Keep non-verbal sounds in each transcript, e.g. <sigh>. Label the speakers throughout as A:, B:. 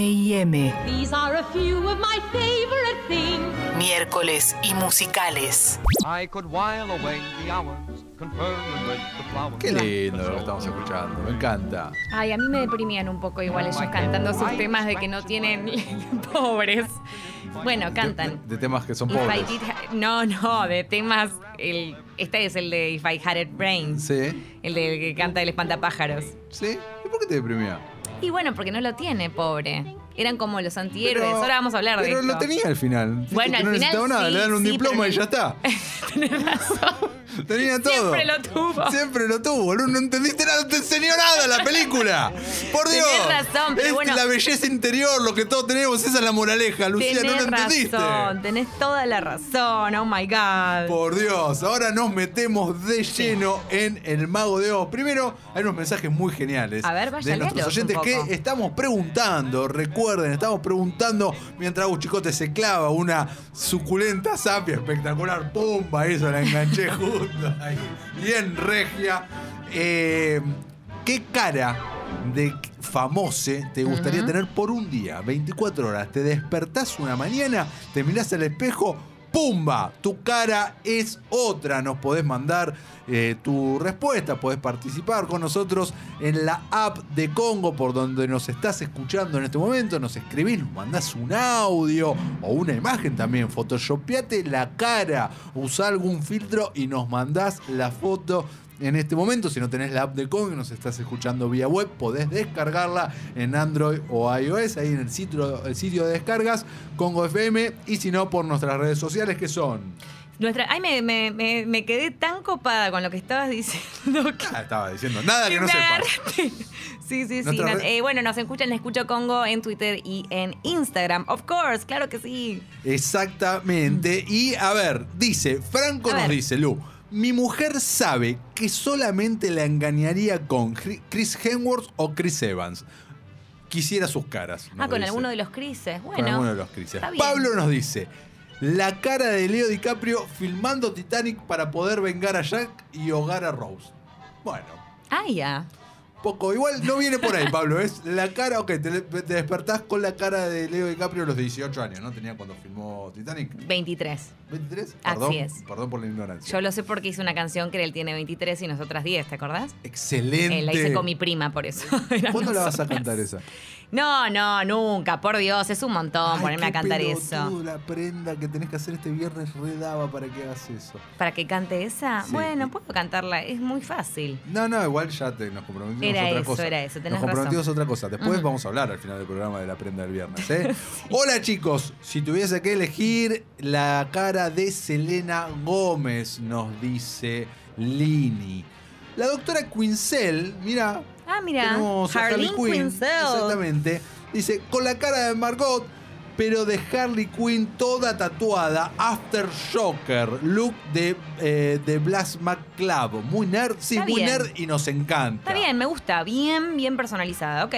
A: M&M,
B: These are a few of my favorite things.
A: miércoles y musicales.
C: I could while away the hours conferring with the flowers.
D: Qué lindo lo que estamos escuchando, me encanta.
E: Ay, a mí me deprimían un poco igual ellos cantando sus temas de que no tienen <laughs> pobres. Bueno, cantan.
D: De, de temas que son
E: If I
D: pobres.
E: did ha- no, no, de temas. el- este es el de If I Had It Brain,
D: Sí,
E: el del que canta el espantapájaros.
D: sí. ¿Y por qué te deprimía?
E: Y bueno, porque no lo tiene, pobre. Eran como los antihéroes.
D: Pero-
E: Ahora vamos a hablar de
D: Pero
E: esto.
D: lo tenía al final. Dijiste
E: Bueno,
D: que
E: al
D: no
E: final
D: necesitaba nada,
E: sí,
D: le dan un
E: sí,
D: diploma
E: pero-
D: y ya está.
E: <laughs> Tenés razón.
D: Tenía todo.
E: Siempre lo tuvo.
D: Siempre lo tuvo, boludo. No entendiste nada, no te enseñó nada la película. Por Dios.
E: Tenés razón, pero
D: es
E: bueno.
D: la belleza interior, lo que todos tenemos, esa es la moraleja, Lucía, no
E: tenés
D: lo entendiste.
E: razón, tenés toda la razón. Oh my God.
D: Por Dios, ahora nos metemos de lleno en el Mago de Oz. Primero, hay unos mensajes muy geniales
E: A ver, vaya,
D: de nuestros
E: léalos un
D: oyentes
E: poco.
D: que estamos preguntando, recuerden, estamos preguntando mientras Agus Chicote se clava una suculenta sapia espectacular. ¡Pumba! Eso la enganché <laughs> justo ahí. Bien regia. Eh, ¿Qué cara de famoso te gustaría tener por un día? 24 horas. Te despertás una mañana, te mirás al espejo. ¡Pumba! Tu cara es otra. Nos podés mandar eh, tu respuesta, podés participar con nosotros en la app de Congo por donde nos estás escuchando en este momento. Nos escribís, nos mandás un audio o una imagen también. Photoshopeate la cara, usá algún filtro y nos mandás la foto en este momento, si no tenés la app de Kong y nos estás escuchando vía web, podés descargarla en Android o iOS, ahí en el sitio, el sitio de descargas, Congo FM, y si no, por nuestras redes sociales que son.
E: Nuestra, ay, me, me- me- me quedé tan copada con lo que estabas <laughs> diciendo que,
D: Ah, estaba diciendo, nada que
E: que
D: no
E: me
D: sepa.
E: agarraste. <laughs> Sí, sí, sí.
D: Nuestra
E: Nos-
D: red-
E: eh, bueno, nos escuchan en Escucho Congo en Twitter y en Instagram. Of course, claro que sí.
D: Exactamente. Y a ver, dice, Franco
E: Mm. A
D: nos
E: ver.
D: dice, Lu, mi mujer sabe que solamente la engañaría con Cri- Chris Hemsworth o Chris Evans. Quisiera sus caras.
E: ah,
D: nos
E: con
D: dice.
E: alguno de los crises.
D: con
E: Bueno.
D: alguno de los crisis.
E: está bien.
D: Pablo nos dice: La cara de Leo DiCaprio filmando Titanic para poder vengar a Jack y hogar a Rose. Bueno,
E: Ah, ya.
D: poco. Igual no viene
E: <laughs>
D: por ahí, Pablo. Es la cara, ok, te, te despertás con la cara de Leo DiCaprio a los 18 años, ¿no? Tenía cuando filmó Titanic.
E: 23.
D: ¿23?
E: Así
D: Perdón,
E: es.
D: perdón por la ignorancia.
E: Yo lo sé porque hice una canción que él tiene 23 y nosotras 10, ¿te acordás?
D: Excelente.
E: Eh, la hice con mi <laughs> prima, por eso.
D: ¿Cuándo la vas a
E: Éramos
D: cantar
E: otras.
D: esa?
E: No, no, nunca, por Dios, es un montón
D: Ay,
E: ponerme
D: qué
E: a cantar
D: pelotudo,
E: eso.
D: La prenda que tenés que hacer este viernes redaba para que hagas eso.
E: ¿Para que cante esa?
D: Sí.
E: Bueno, puedo cantarla, es muy fácil.
D: No, no, igual ya te, nos comprometimos
E: Era
D: a otra
E: eso,
D: cosa.
E: era eso,
D: nos
E: tenés
D: comprometimos a otra cosa. Después vamos a hablar al final del programa de la prenda del viernes.
E: <laughs>
D: ¿eh? Hola chicos, si tuviese que elegir la cara de Selena Gómez, nos dice Lini. La doctora Quincel, mira,
E: Ah, mira,
D: tenemos a Harley
E: Harleen
D: Quinn.
E: Quinzel.
D: Exactamente. Dice, con la cara de Margot, pero de Harley Quinn toda tatuada. Aftershocker. Look de, eh, de Blas McClavo. Muy nerd. Sí,
E: Está
D: muy
E: bien.
D: nerd y nos encanta.
E: Está bien, me gusta, bien, bien personalizada, ok.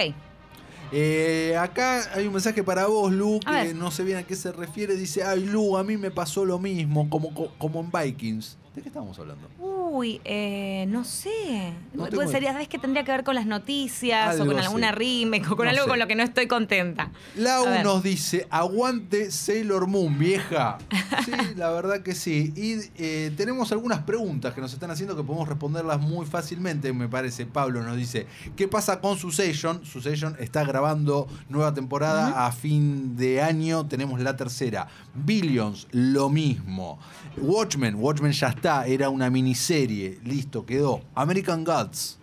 D: Eh, acá hay un mensaje para vos, Lu,
E: A
D: que
E: ver.
D: no sé bien a qué se refiere. Dice, ay, Lu, a mí me pasó lo mismo, como, co- como en Vikings. ¿De qué estábamos hablando?
E: Uy, eh, no sé.
D: No
E: Tú
D: tengo-
E: sería, ¿sabes que tendría que ver con las noticias o
D: Algo
E: con alguna
D: así.
E: rime o con
D: No
E: algo
D: sé.
E: con lo que no estoy contenta? A
D: Lau
E: ver.
D: nos dice, aguante Sailor Moon,
E: <laughs>
D: vieja. Sí, la verdad que sí. Y eh, tenemos algunas preguntas que nos están haciendo que podemos responderlas muy fácilmente, me parece. Pablo nos dice, ¿qué pasa con Succession? Succession está grabando nueva temporada a fin de año, tenemos la tercera. Billions, lo mismo. Watchmen, Watchmen ya está, era una miniserie, listo, quedó. American Gods.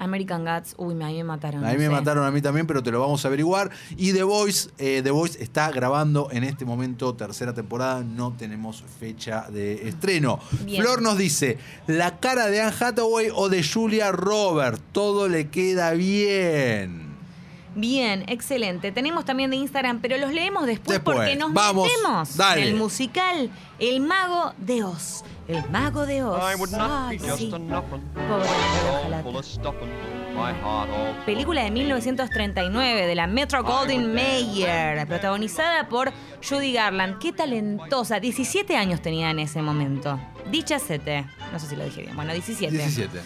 E: American Gods, uy, me, ahí me mataron.
D: A mí
E: no
D: me
E: sé.
D: mataron a mí también, pero te lo vamos a averiguar. Y The Voice, eh, The Voice está grabando en este momento tercera temporada, no tenemos fecha de estreno.
E: Bien.
D: Flor nos dice, la cara de Anne Hathaway o de Julia Roberts, todo le queda bien.
E: Bien, excelente. Tenemos también de Instagram, pero los leemos después,
D: Después,
E: porque nos
D: vamos,
E: metemos
D: dale.
E: en el musical El Mago de Oz. El Mago de Oz.
C: I would not be
E: Ay,
C: just
E: Oh, sí.
C: a nothing.
E: Pobre
C: All
E: ojalá.
C: full of stuffin', my heart all full
E: Película de 1939 de la Metro Golden Mayer, protagonizada por Judy Garland. Qué talentosa, 17 años tenía en ese momento. Dicha sete. No sé si lo dije bien. Bueno, 17.
D: 17.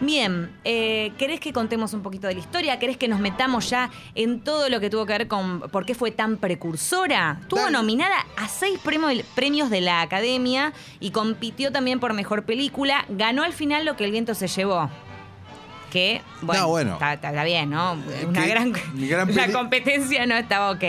E: Bien, eh, ¿querés que contemos un poquito de la historia? ¿Querés que nos metamos ya en todo lo que tuvo que ver con por qué fue tan precursora? Estuvo
D: Dale.
E: nominada a seis premo- premios de la Academia y compitió también por Mejor Película. Ganó al final lo que el viento se llevó. Que, bueno,
D: No, bueno.
E: Está, está- está bien, ¿no? Una
D: que-
E: gran,
D: mi gran
E: <laughs> una
D: peli-
E: competencia no estaba ok.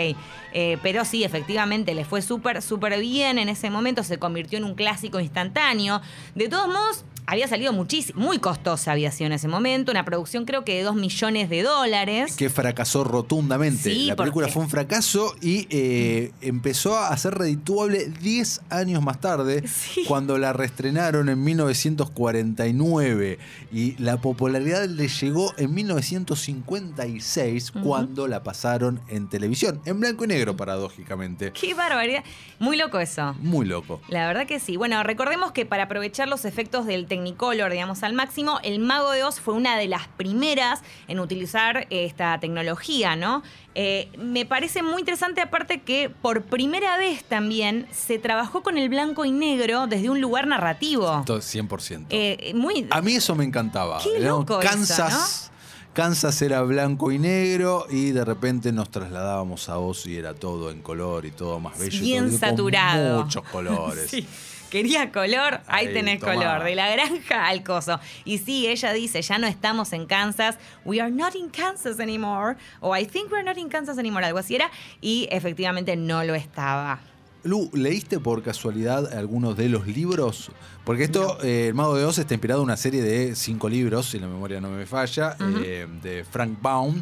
E: Eh, pero sí, efectivamente, le fue súper, súper bien en ese momento. Se convirtió en un clásico instantáneo. De todos modos, había salido muchísimo, muy costosa había sido en ese momento. Una producción creo que de 2 millones de dólares.
D: que fracasó rotundamente.
E: Sí,
D: la película
E: porque-
D: fue un fracaso y eh, empezó a ser redituable 10 años más tarde,
E: <laughs> Sí.
D: cuando la reestrenaron en 1949. Y la popularidad le llegó en 1956, cuando la pasaron en televisión, en blanco y negro, paradójicamente.
E: Qué barbaridad. Muy loco eso.
D: Muy loco.
E: La verdad que sí. Bueno, recordemos que para aprovechar los efectos del Technicolor, digamos, al máximo, el Mago de Oz fue una de las primeras en utilizar eh, esta tecnología, ¿no? Eh, me parece muy interesante, aparte, que por primera vez también se trabajó con el blanco y negro desde un lugar narrativo.
D: Todo 100%.
E: Eh, muy.
D: A mí eso me encantaba.
E: Qué
D: Era un
E: loco eso,
D: Kansas. Kansas era blanco y negro y de repente nos trasladábamos a Oz y era todo en color y todo más bello. y
E: Bien
D: todo con
E: saturado.
D: Muchos colores.
E: <laughs> Sí. Quería color, ahí,
D: Ahí,
E: tenés
D: tomá.
E: color, de la granja al coso. Y sí, ella dice, ya no estamos en Kansas, we are not in Kansas anymore, o I think we're not in Kansas anymore, algo así era, y efectivamente no lo estaba.
D: Lu, ¿leíste por casualidad algunos de los libros? Porque esto, eh, El Mago de Oz está inspirado en una serie de cinco libros, si la memoria no me falla, eh, de Frank Baum,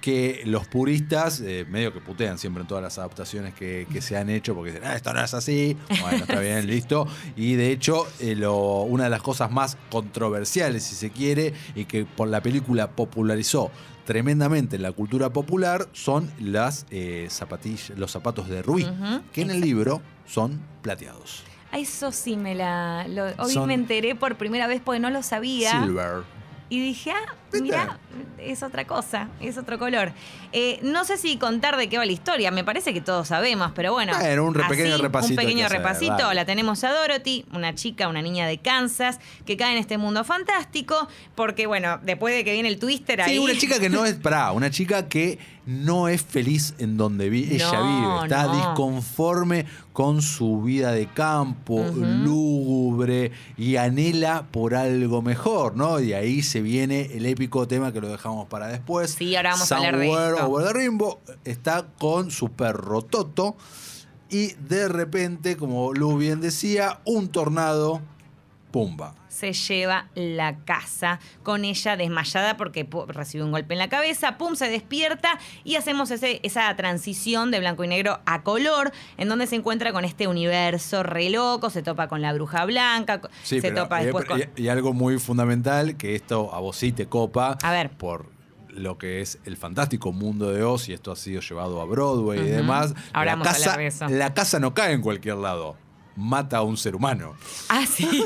D: que los puristas eh, medio que putean siempre en todas las adaptaciones que, que se han hecho, porque dicen, ah, esto no es así, bueno, está bien, listo. Y de hecho, eh, lo- una de las cosas más controversiales, si se quiere, y que por la película popularizó tremendamente en la cultura popular, son las eh, zapatillas, los zapatos de Rubí
E: Ujú.
D: que en el libro son plateados.
E: Ay, Eso sí me la... lo- hoy
D: Son-
E: me enteré por primera vez porque no lo sabía.
D: Silver.
E: Y dije, ah,
D: ¿Viste?
E: mira, es otra cosa, es otro color. Eh, no sé si contar de qué va la historia, me parece que todos sabemos, pero bueno.
D: Bueno, un re- pequeño repasito
E: Un
D: hay que
E: pequeño
D: hacer,
E: repasito.
D: dale.
E: la tenemos a Dorothy, una chica, una niña de Kansas, que cae en este mundo fantástico, porque bueno, después de que viene el twister ahí.
D: Sí, una chica que no es. Pará, una chica que no es feliz en donde vi- ella
E: No,
D: vive. Está
E: no.
D: disconforme con su vida de campo,
E: Ujú.
D: lúgubre, y anhela por algo mejor, ¿no? Y ahí se viene el épico tema que lo dejamos para después.
E: Sí, ahora vamos a hablar de
D: Somewhere
E: esto.
D: Over the Rainbow está con su perro Toto. Y de repente, como Lu bien decía, un tornado. Pumba.
E: se lleva la casa con ella desmayada porque pu- recibió un golpe en la cabeza, pum, se despierta y hacemos ese- esa transición de blanco y negro a color, en donde se encuentra con este universo re loco, se topa con la bruja blanca, co-
D: Sí,
E: se
D: pero-
E: topa
D: y-
E: después
D: y,
E: con...
D: y algo muy fundamental, que esto a vos sí te copa.
E: A ver.
D: Por lo que es el fantástico mundo de Oz, y esto ha sido llevado a Broadway y
E: Ujú.
D: demás.
E: Ahora
D: la
E: vamos a hablar
D: casa,
E: de eso.
D: La casa no cae en cualquier lado. Mata a un ser humano. <laughs>
E: Ah, sí,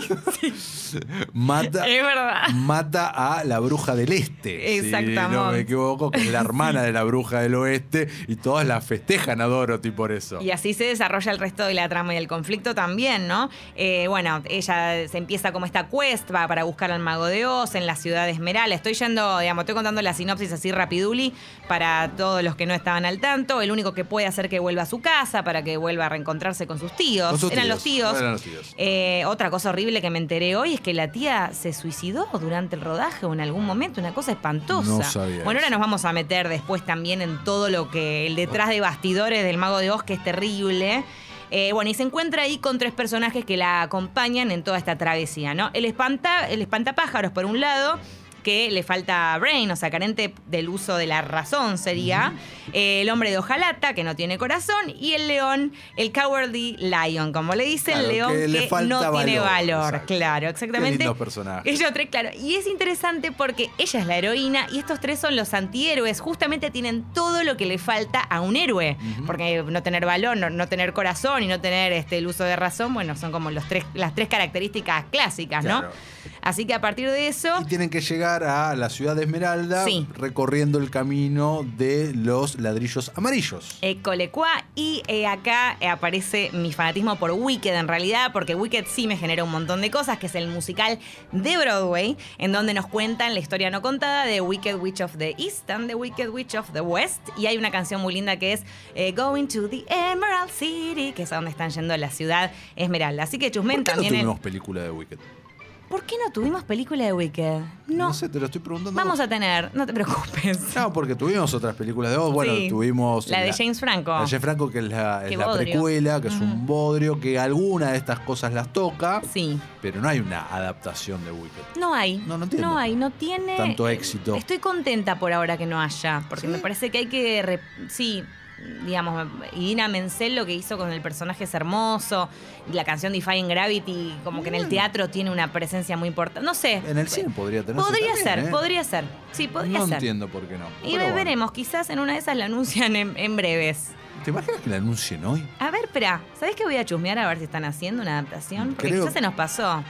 D: Mata.
E: <laughs> es verdad.
D: Mata a la bruja del este. Si no
E: Exactamente.
D: me equivoco, que es la hermana de la bruja del oeste. Y todas la festejan a Dorothy por eso.
E: Y así se desarrolla el resto de la trama y del conflicto también, ¿no? Eh, bueno, ella se empieza como esta quest, va para buscar al mago de Oz en la ciudad de Esmeralda. Estoy yendo, digamos, estoy contando la sinopsis así rapiduli para todos los que no estaban al tanto. El único que puede hacer que vuelva a su casa para que vuelva a reencontrarse con sus tíos.
D: Con sus
E: Eran
D: tíos,
E: los tíos.
D: eran los tíos.
E: Eh, otra cosa horrible que me enteré hoy es que la tía se suicidó durante el rodaje o en algún momento, una cosa espantosa.
D: No sabía
E: bueno, ahora
D: eso.
E: nos vamos a meter después también en todo lo que el detrás de bastidores del Mago de Oz, que es terrible. Eh, bueno, y se encuentra ahí con tres personajes que la acompañan en toda esta travesía, ¿no? El, espanta, el espantapájaros, por un lado, que le falta brain, o sea, carente del uso de la razón sería. Eh, el hombre de hojalata, que no tiene corazón. Y el león, el cowardly lion, como le dice el
D: Claro,
E: león,
D: que
E: que,
D: le falta
E: no tiene
D: valor,
E: valor.
D: exacto.
E: Claro, exactamente.
D: Qué lindos personajes.
E: Ellos tres, claro. Y es interesante porque ella es la heroína y estos tres son los antihéroes. Justamente tienen todo lo que le falta a un héroe. Porque no tener valor, no, no tener corazón y no tener este, el uso de razón, bueno, son como los tres, las tres características clásicas,
D: Claro.
E: ¿no? Así que a partir de eso.
D: Y tienen que llegar a la ciudad de Esmeralda
E: Ah. Sí.
D: recorriendo el camino de los ladrillos amarillos.
E: Eh, Colecuá y eh, acá eh, aparece mi fanatismo por Wicked en realidad, porque Wicked sí me genera un montón de cosas, que es el musical de Broadway, en donde nos cuentan la historia no contada de Wicked Witch of the East and the Wicked Witch of the West, y hay una canción muy linda que es eh, Going to the Emerald City, que es a donde están yendo a la ciudad Esmeralda. Así que
D: ¿Por qué
E: Chusmen
D: no
E: también... el-
D: tuvimos película de Wicked?
E: ¿Por qué no tuvimos película de Wicked? No,
D: No. sé, te lo estoy preguntando.
E: vamos a tener, no te preocupes.
D: No, porque tuvimos otras películas de vos. Bueno,
E: Sí.
D: tuvimos.
E: La de James Franco.
D: La de James Franco, que es la, es
E: Qué
D: la
E: bodrio.
D: precuela, que es un bodrio, que alguna de estas cosas las toca.
E: Sí.
D: Pero no hay una adaptación de Wicked.
E: No hay.
D: No, no entiendo.
E: hay, no tiene.
D: Tanto éxito.
E: Eh, Estoy contenta por ahora que no haya, porque
D: ¿Sí?
E: me parece que hay que. re- Sí, digamos, Idina Menzel lo que hizo con el personaje es hermoso, y la canción Defying Gravity, como que en el teatro tiene una presencia muy importante. No sé.
D: Mm. En el cine podría tener.
E: Podría ser,
D: ¿eh?
E: podría ser. Sí, podría
D: No
E: ser.
D: entiendo por qué no.
E: Y
D: Pero
E: ve-
D: bueno.
E: veremos, quizás en una de esas la anuncian en, en breves.
D: ¿Te imaginas que la anuncien hoy?
E: A ver, espera, ¿sabés qué voy a chusmear a ver si están haciendo una adaptación? Porque
D: Creo-
E: quizás se nos pasó.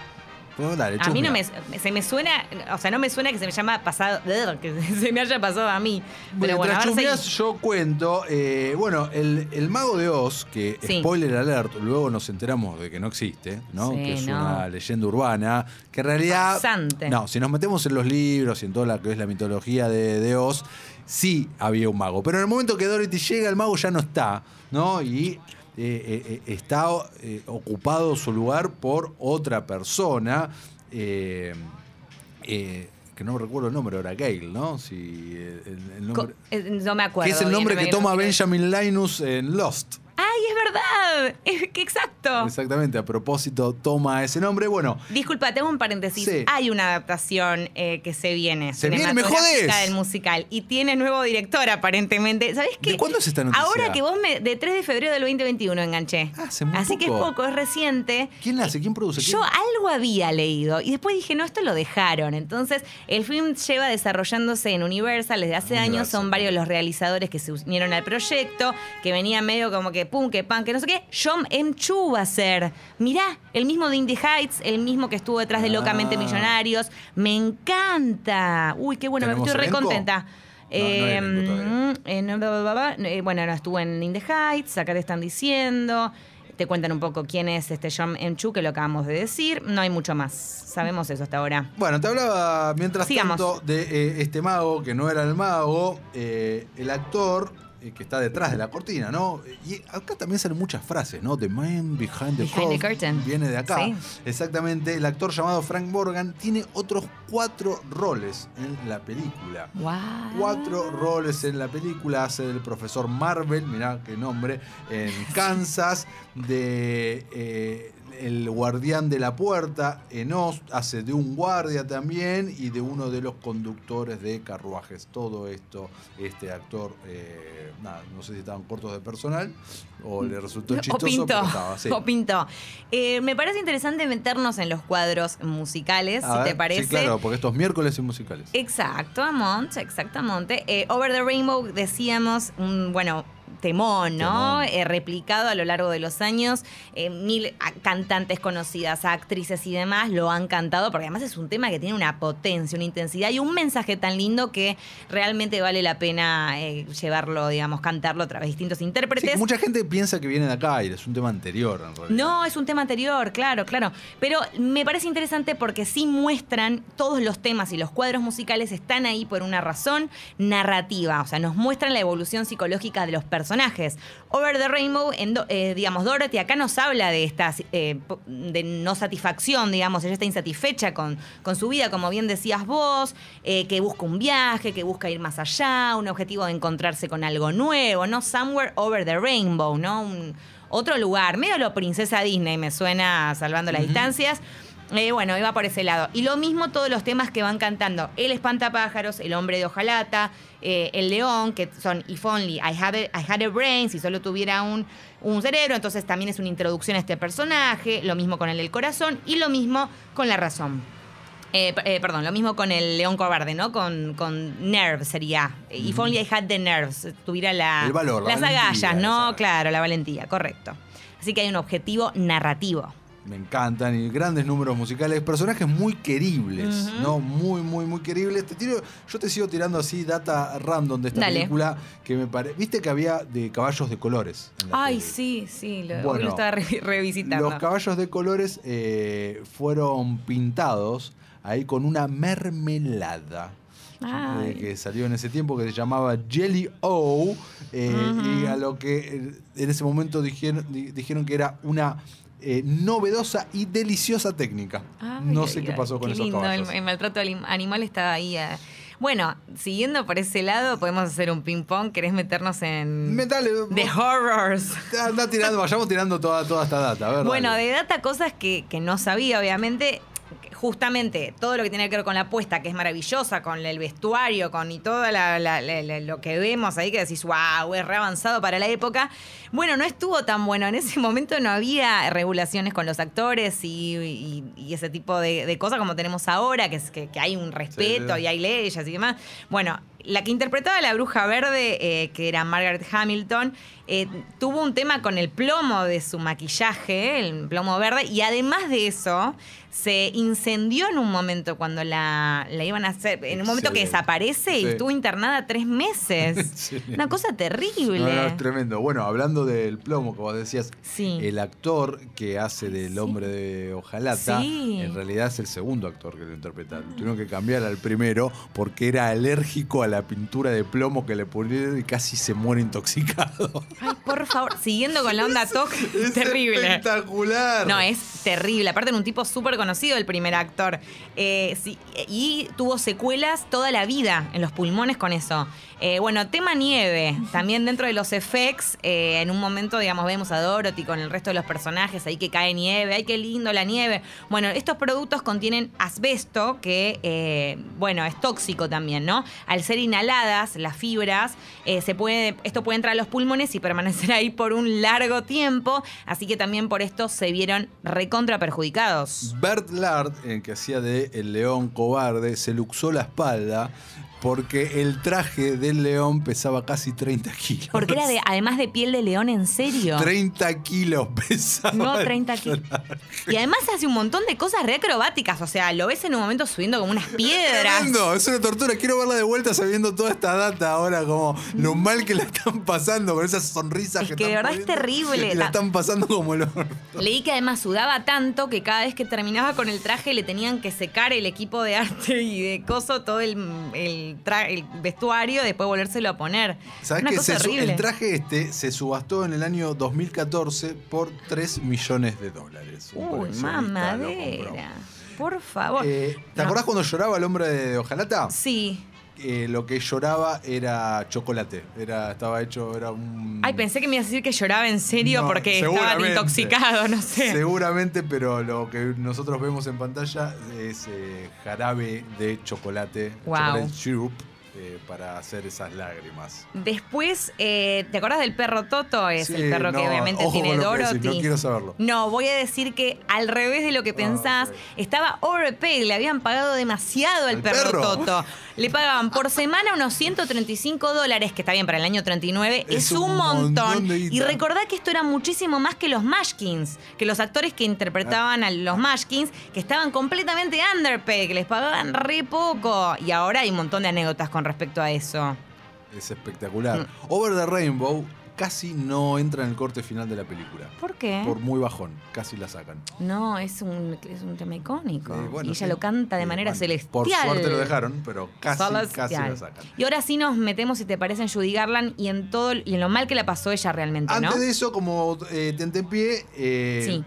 D: Bueno, Pues dale,
E: A mí no
D: chusmea.
E: me, se me suena, o sea, no me suena que se me llama pasado, <laughs> que se me haya pasado a mí. Pero bueno,
D: Mientras
E: ahora
D: chusmeás,
E: seguí.
D: yo cuento. eh, bueno, el, el mago de Oz, que
E: Sí.
D: spoiler alert, luego nos enteramos de que no existe, ¿no?
E: Sí,
D: que es
E: no.
D: una leyenda urbana, que en realidad.
E: Farsante.
D: No, si nos metemos en los libros y en toda la que es la mitología de, de Oz, sí había un mago. Pero en el momento que Dorothy llega, el mago ya no está, ¿no? Y. eh, eh, eh, está eh, ocupado su lugar por otra persona. eh, eh, que no recuerdo el nombre ahora, Gale, ¿no? Si eh, el, el
E: Co-
D: nombre.
E: eh, no me acuerdo.
D: Que es el
E: bien,
D: nombre
E: no
D: que
E: me-
D: toma
E: no me-
D: Benjamin Linus en Lost.
E: ¡Ay, es verdad! <laughs> Es que exacto.
D: Exactamente, a propósito toma ese nombre. Bueno,
E: Disculpa, tengo un paréntesis.
D: Sí.
E: Hay una adaptación eh, que se viene.
D: Se viene, me
E: cinematográfica
D: jodés.
E: Del musical. Y tiene nuevo director, aparentemente. ¿Sabés qué?
D: ¿De cuándo es esta noticia?
E: Ahora que vos me. de 3 de febrero del 2021 enganché.
D: Ah, hace muy
E: Así que es
D: poco.
E: poco, es reciente.
D: ¿quién hace? ¿Quién produce? ¿Quién-
E: Yo algo había leído y después dije, no, esto lo dejaron. Entonces, el film lleva desarrollándose en Universal desde hace
D: Universal.
E: años. Son varios los realizadores que se unieron al proyecto, que venían medio como que pum, que pan, que no sé qué. John M. Chu va a ser. Mirá, el mismo de Indie Heights, el mismo que estuvo detrás de Locamente
D: Ah.
E: Millonarios. Me encanta. Uy, qué bueno, me
D: ¿Tenemos
E: estoy re
D: elenco?
E: contenta.
D: No, no hay elenco todavía.
E: Eh, no, bla, bla, bla, bla. Eh, bueno, no estuvo en In the Heights, acá te están diciendo. Te cuentan un poco quién es este John M. Chu, que lo acabamos de decir. No hay mucho más. Sabemos eso hasta ahora.
D: Bueno, te hablaba mientras
E: Sigamos.
D: tanto de eh, este mago que no era el mago, eh, el actor eh, que está detrás de la cortina, ¿no? Y acá también salen muchas frases, ¿no? The man behind the,
E: Behind the
D: curtain
E: curtain.
D: Viene de acá.
E: Sí.
D: Exactamente. El actor llamado Frank Morgan tiene otros cuatro roles en la película.
E: Ah.
D: Cuatro roles en la película hace del profesor Marvel, mirá qué nombre,
E: <laughs>
D: en Kansas, de eh, el guardián de la puerta en Oz, hace de un guardia también y de uno de los conductores de carruajes. Todo esto, este actor, eh, nada, no sé si estaban cortos de personal o le resultó
E: O
D: chistoso,
E: pintó.
D: pero estaba, sí.
E: O pintó. Eh, me parece interesante meternos en los cuadros musicales,
D: A
E: si
D: ver,
E: te parece. Eh,
D: Sí, claro, porque estos miércoles y musicales.
E: Exacto, Amont, exactamente. Eh, Over the Rainbow decíamos, mm, bueno, temón, ¿no?
D: Temón.
E: Eh, replicado a lo largo de los años. Eh, mil ah, cantantes conocidas, actrices y demás lo han cantado, porque además es un tema que tiene una potencia, una intensidad y un mensaje tan lindo que realmente vale la pena eh, llevarlo, digamos, cantarlo a través de distintos
D: Sí,
E: intérpretes.
D: que mucha gente piensa que viene de acá y es un tema anterior en realidad.
E: No, es un tema anterior, claro, claro. Pero me parece interesante porque sí muestran todos los temas y los cuadros musicales están ahí por una razón narrativa. O sea, nos muestran la evolución psicológica de los personajes. Over the Rainbow, en do- eh, digamos, Dorothy acá nos habla de esta eh, po- de no satisfacción, digamos. Ella está insatisfecha con, con su vida, como bien decías vos, eh, que busca un viaje, que busca ir más allá, un objetivo de encontrarse con algo nuevo, ¿no? Somewhere over the rainbow, ¿no? Un- otro lugar, medio lo princesa Disney, me suena salvando las distancias. Eh, bueno, iba por ese lado. Y lo mismo todos los temas que van cantando. El espantapájaros, el hombre de hojalata, eh, el león, que son If Only, I, have a- I Had a Brain, si solo tuviera un, un cerebro. Entonces también es una introducción a este personaje. Lo mismo con el del corazón y lo mismo con la razón. Eh, per- eh, perdón, lo mismo con el león cobarde, ¿no? Con, con Nerve sería. If Only I Had the Nerves, tuviera la,
D: El valor, la
E: las
D: valentía,
E: agallas,
D: las
E: ¿no?
D: agallas.
E: Claro, la valentía, correcto. Así que hay un objetivo narrativo.
D: me encantan y grandes números musicales, personajes muy queribles,
E: Ujú.
D: ¿no? Muy, muy, muy queribles. Te tiro, yo te sigo tirando así data random de esta
E: Dale.
D: película que me parece. ¿Viste que había de caballos de colores? en la
E: Ay,
D: peli?
E: sí, sí, lo, hoy
D: Bueno,
E: lo estaba re- revisitando.
D: Los caballos de colores eh, fueron pintados ahí con una mermelada.
E: Ay.
D: eh, que salió en ese tiempo que se llamaba Jelly O eh, y a lo que eh, en ese momento dijeron, di- dijeron que era una eh, novedosa y deliciosa técnica.
E: Ay,
D: no
E: ay,
D: sé qué
E: ay,
D: pasó con
E: qué
D: esos
E: lindo, em, el,
D: caballos.
E: el maltrato alim- animal está ahí. eh. Bueno, siguiendo por ese lado, podemos hacer un ping-pong. ¿Querés meternos en.
D: Me- Mm, dale,
E: The
D: vos-
E: Horrors.
D: anda tirando, vayamos tirando toda, toda esta data. a ver,
E: Bueno,
D: dale.
E: de data cosas que, que no sabía, obviamente. Justamente todo lo que tiene que ver con la apuesta, que es maravillosa, con el vestuario, con y todo la- la- la- la- lo que vemos ahí, que decís, wow, es re avanzado para la época. Bueno, no estuvo tan bueno. En ese momento no había regulaciones con los actores y, y- y ese tipo de, de cosas como tenemos ahora, que, es, que, que hay un respeto
D: sí.
E: y hay leyes y demás. Bueno, la que interpretaba a la bruja verde, eh, que era Margaret Hamilton, eh, tuvo un tema con el plomo de su maquillaje, el plomo verde, y además de eso, se incendió en un momento cuando la, la iban a hacer, en un momento que
D: Excelente.
E: desaparece y
D: Sí.
E: estuvo internada
D: <laughs>
E: tres meses.
D: Excelente.
E: Una cosa terrible.
D: No, no, es tremendo. Bueno, hablando del plomo, como decías,
E: Sí.
D: el actor que hace del
E: Sí.
D: hombre de Ojalata,
E: Sí.
D: en realidad es el segundo actor que lo interpreta. Lo Tuvieron que cambiar al primero porque era alérgico a la pintura de plomo que le ponían y casi se muere intoxicado. <laughs>
E: Ay, por favor, siguiendo con la onda toc, terrible.
D: espectacular.
E: No, es terrible. Aparte era un tipo súper conocido, el primer actor. Eh, sí, y tuvo secuelas toda la vida en los pulmones con eso. Eh, bueno, tema nieve. También dentro de los effects, eh, en un momento, digamos, vemos a Dorothy con el resto de los personajes ahí que cae nieve. ¡Ay, qué lindo la nieve! Bueno, estos productos contienen asbesto, que, eh, bueno, es tóxico también, ¿no? Al ser inhaladas, las fibras, eh, se puede, esto puede entrar a los pulmones y permanecer ahí por un largo tiempo. Así que también por esto se vieron recontra perjudicados.
D: Bert Lard, el que hacía de El León Cobarde, se luxó la espalda porque el traje del león pesaba casi 30 kilos.
E: Porque era de, además de piel de león,
D: <laughs>
E: en serio.
D: 30 kilos pesaba.
E: No,
D: el
E: 30 kilos. Y además hace un montón de cosas re acrobáticas. O sea, lo ves en un momento subiendo como unas piedras.
D: Tremendo, es una tortura. Quiero verla de vuelta sabiendo toda esta data ahora, como lo mal que la están pasando con esas sonrisas
E: Mm. Es
D: que
E: que de
D: están
E: verdad es
D: poniendo,
E: terrible.
D: y
E: Ta-
D: la están pasando como el orto.
E: Leí que además sudaba tanto que cada vez que terminaba con el traje le tenían que secar el equipo de arte y de coso, todo el, el tra- el vestuario, después volvérselo a poner.
D: ¿Sabés
E: Una
D: que
E: cosa
D: se su-
E: horrible.
D: el traje este se subastó en el año 2014 por 3 millones de dólares? Un
E: Uy,
D: coleccionista lo compró.
E: mamadera. Por favor.
D: Eh, ¿Te
E: Oh, No.
D: acordás cuando lloraba el hombre de Ojalata?
E: Sí.
D: Eh, lo que lloraba era chocolate. Era, estaba hecho, era un.
E: Ay, pensé que me ibas a decir que lloraba en serio
D: No,
E: porque estaba
D: seguramente.
E: intoxicado, no sé.
D: Seguramente, pero lo que nosotros vemos en pantalla es eh, jarabe de chocolate,
E: Wow.
D: chocolate syrup, eh, para hacer esas lágrimas.
E: Después, eh, ¿te acuerdas del perro Toto? Es
D: Sí,
E: el perro que
D: no,
E: obviamente
D: ojo
E: tiene
D: con lo que
E: Dorothy.
D: decís, no quiero saberlo.
E: No, voy a decir que al revés de lo que pensás,
D: Ah, ok.
E: estaba overpaid, le habían pagado demasiado al
D: ¿Al
E: perro,
D: perro?
E: Toto. Le pagaban por semana unos 135 dólares, que está bien para el año 39, es,
D: Es
E: un,
D: un
E: montón.
D: montón de guita.
E: y recordá que esto era muchísimo más que los Mashkins, que los actores que interpretaban a los Mashkins, que estaban completamente underpaid, que les pagaban re poco. Y ahora hay un montón de anécdotas con respecto a eso.
D: Es
E: Mm.
D: espectacular. Over the Rainbow casi no entra en el corte final de la película.
E: ¿Por qué?
D: Por muy bajón, casi la sacan.
E: No, es un, es un tema icónico.
D: Eh, bueno,
E: y ella
D: sí.
E: lo canta de
D: Eh,
E: manera
D: bueno,
E: celestial.
D: Por suerte lo dejaron, pero casi,
E: Celestial.
D: casi la sacan.
E: Y ahora sí nos metemos, si te parece, en Judy Garland y en todo y en lo mal que la pasó ella realmente,
D: Antes
E: ¿no?
D: de eso, como eh, tentempié, eh,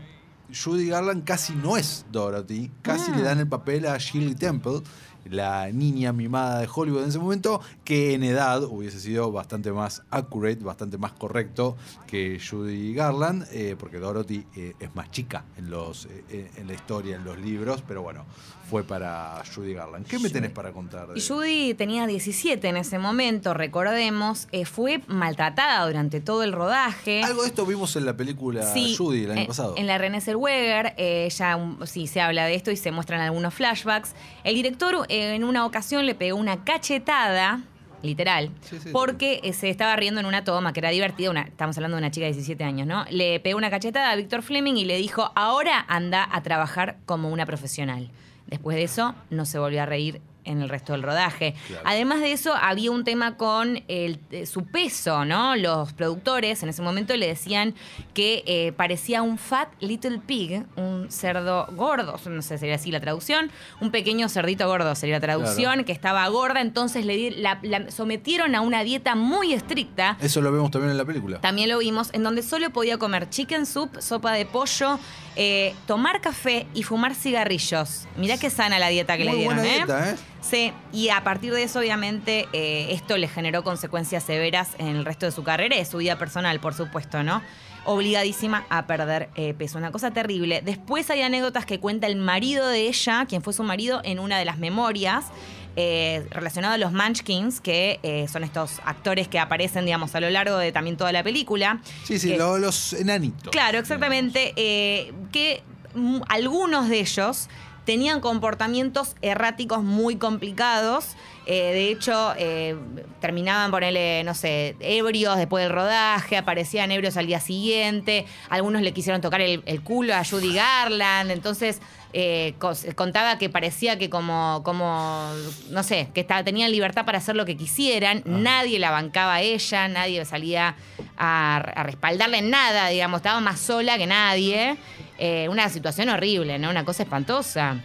D: Judy Garland casi no es Dorothy. Casi
E: Ah.
D: le dan el papel a Shirley Temple, la niña mimada de Hollywood en ese momento, que en edad hubiese sido bastante más accurate, bastante más correcto que Judy Garland, eh, porque Dorothy eh, es más chica en, los, eh, eh, en la historia, en los libros, pero bueno, fue para Judy Garland. ¿Qué me tenés para contar? de-
E: Y Judy tenía 17 en ese momento, recordemos, eh, fue maltratada durante todo el rodaje.
D: Algo de esto vimos en la película Judy el año
E: eh. en,
D: pasado.
E: En la René Zellweger, eh, ya um, sí se habla de esto y se muestran algunos flashbacks. El director eh, en una ocasión le pegó una cachetada literal,
D: Sí, sí,
E: porque eh, se estaba riendo en una toma que era divertida, una, estamos hablando de una chica de 17 años, ¿no? Le pegó una cachetada a Víctor Fleming y le dijo, ahora anda a trabajar como una profesional. Después de eso, no se volvió a reír en el resto del rodaje. Además de eso, había un tema con el- eh, su peso, ¿no? Los productores en ese momento le decían que eh, parecía un fat little pig, un cerdo gordo, no sé, sería así la traducción, un pequeño cerdito gordo sería la traducción, que estaba gorda, entonces le di- la- la sometieron a una dieta muy estricta
F: Eso lo vemos también en la película.
E: también lo vimos, en donde solo podía comer chicken soup, sopa de pollo, eh, tomar café y fumar cigarrillos. Mirá qué sana la dieta que
D: Muy
E: le dieron,
D: buena
E: ¿eh?
D: dieta, ¿eh?
E: Sí, y a partir de eso, obviamente, eh, esto le generó consecuencias severas en el resto de su carrera y de su vida personal, por supuesto, ¿no? Obligadísima a perder eh, peso, una cosa terrible. Después hay anécdotas que cuenta el marido de ella, quien fue su marido, en una de las memorias. eh, relacionado a los Munchkins, que eh, son estos actores que aparecen, digamos, a lo largo de también toda la película.
D: Sí, sí,
E: que-
D: lo- los enanitos.
E: Claro, exactamente. eh, que mm, algunos de ellos tenían comportamientos erráticos muy complicados. eh, de hecho, eh, terminaban, ponerle, no sé, ebrios después del rodaje, aparecían ebrios al día siguiente. Algunos le quisieron tocar el, el culo a Judy Garland. Entonces, eh, cos- contaba que parecía que como, como no sé, que estaba, tenían libertad para hacer lo que
D: Ah.
E: quisieran, nadie la bancaba a ella, nadie salía a, a respaldarle en nada, digamos, estaba más sola que nadie. Eh, una situación horrible, ¿no? Una cosa espantosa.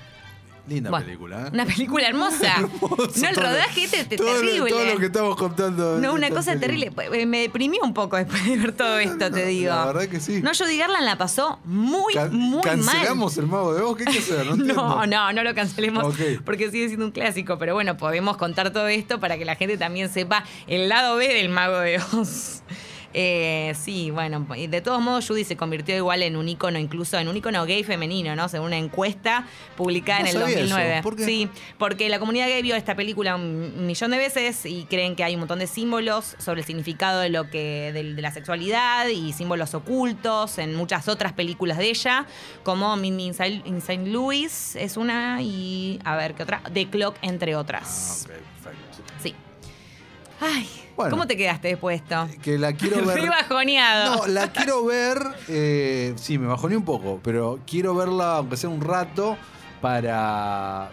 D: Linda
E: Bueno,
D: película, ¿eh? <laughs>
E: Una película hermosa. no, el
D: Todo-
E: rodaje este es
D: todo lo-
E: terrible.
D: Todo lo que estamos contando.
E: No,
D: de
E: una
D: esta
E: cosa
D: película.
E: terrible. Eh, Me deprimió un poco después de ver todo esto, te digo.
D: la verdad que sí.
E: No, Judy Garland la pasó muy,
D: Can-
E: muy mal.
D: ¿Cancelamos el mago de vos? ¿Qué hay que
E: <laughs>
D: hacer? No,
E: No,
D: entiendo.
E: no, no lo cancelemos
D: Ok.
E: porque sigue siendo un clásico. Pero bueno, podemos contar todo esto para que la gente también sepa el lado B del Mago de Oz. <laughs> Eh, sí, bueno, y de todos modos Judy se convirtió igual en un ícono, incluso en un ícono gay femenino, ¿no? Según una encuesta publicada
D: No
E: en el
D: sabía
E: 2009.
D: eso. ¿Por qué?
E: Sí, porque la comunidad gay vio esta película un millón de veces y creen que hay un montón de símbolos sobre el significado de lo que del- de, la sexualidad y símbolos ocultos en muchas otras películas de ella, como Meet Me in St. in St. Louis es una y a ver qué otra, The Clock entre otras. Sí. Ay,
D: Ah, Bueno.
E: ¿cómo te quedaste después de esto?
D: Que la
E: <laughs>
D: quiero ver.
E: Re bajoneado.
D: No,
E: <laughs>
D: la quiero ver. eh, sí, me bajoné un poco, pero quiero verla, aunque sea un rato, para.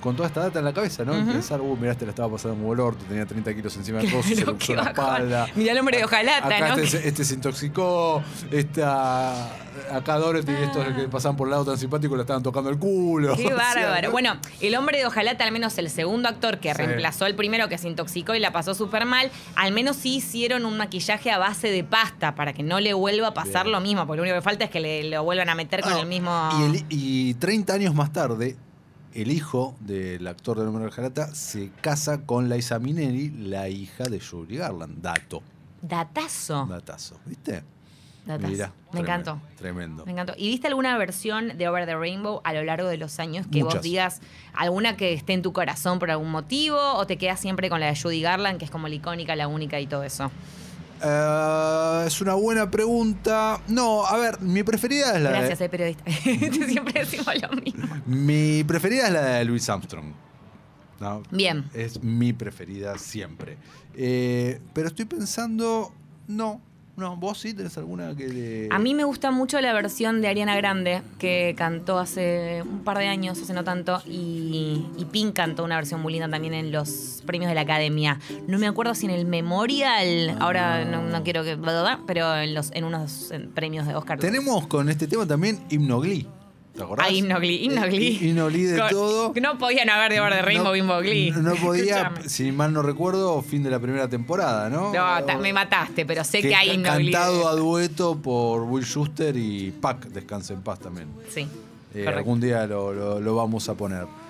D: Con toda esta data en la cabeza, ¿no?
E: Ujú.
D: Pensar, uh, mirá, este la estaba pasando como el orto, tenía 30 kilos encima
E: <laughs>
D: del
E: Claro,
D: rostro, se le
E: qué
D: puso la
E: bajón.
D: espalda.
E: Mirá el hombre de hojalata,
D: Acá
E: ¿no?
D: Este, se- este se intoxicó, esta. Acá Dorothy y estos que pasaban por el lado tan simpático le estaban tocando el culo. <laughs> O
E: <laughs> Ah. Qué
D: sea,
E: bárbaro. Bueno, el hombre de Ojalata, al menos el segundo actor que
D: Sí.
E: reemplazó al primero que se intoxicó y la pasó súper mal, al menos sí hicieron un maquillaje a base de pasta para que no le vuelva a pasar
D: Bien.
E: lo mismo, porque lo único que falta es que le, lo vuelvan a meter con
D: Ah,
E: el mismo...
D: Y, el- y 30 años más tarde, el hijo del actor del número de Jarata se casa con Liza Mineri, la hija de Judy Garland. Dato,
E: Datazo.
D: datazo. ¿Viste?
E: Datazo.
D: Mirá,
E: Oh.
D: tremendo,
E: Me encantó.
D: Tremendo.
E: Me encantó. ¿Y viste alguna versión de Over the Rainbow a lo largo de los años que
D: Muchas.
E: vos digas alguna que esté en tu corazón por algún motivo o te quedas siempre con la de Judy Garland, que es como la icónica, la única y todo eso?
D: Eh, es una buena pregunta. No, a ver, mi preferida es la
E: Gracias,
D: de,
E: eh, periodista. <laughs> siempre decimos lo mismo.
D: mi preferida es la de Louis Armstrong. No,
E: Bien.
D: Es mi preferida siempre. Eh, pero estoy pensando, no, no, vos sí tenés alguna que de...
E: A mí me gusta mucho la versión de Ariana Grande, que cantó hace un par de años, hace no tanto, y, y Pink cantó una versión muy linda también en los premios de la Academia. No me acuerdo si en el Memorial, ahora no, no quiero que... pero en, los, en unos eh, premios de Oscar.
D: Tenemos con este tema también Himnogli. ¿Te acordás?
E: Ah, Himnogli, Himnogli.
D: Eh, Himnogli de
E: Con-
D: todo.
E: No podían haber de Over de Rainbow
D: No-
E: Himnogli.
D: No podía,
E: Escúchame.
D: si mal no recuerdo, fin de la primera temporada, ¿no?
E: No, ta- me mataste, pero sé que,
D: Que
E: hay
D: ca-
E: Himnogli.
D: Cantado a dueto por Will Schuster y Pac, Descanse en Paz también.
E: Sí,
D: Eh,
E: correcto.
D: algún día lo, lo- lo vamos a poner.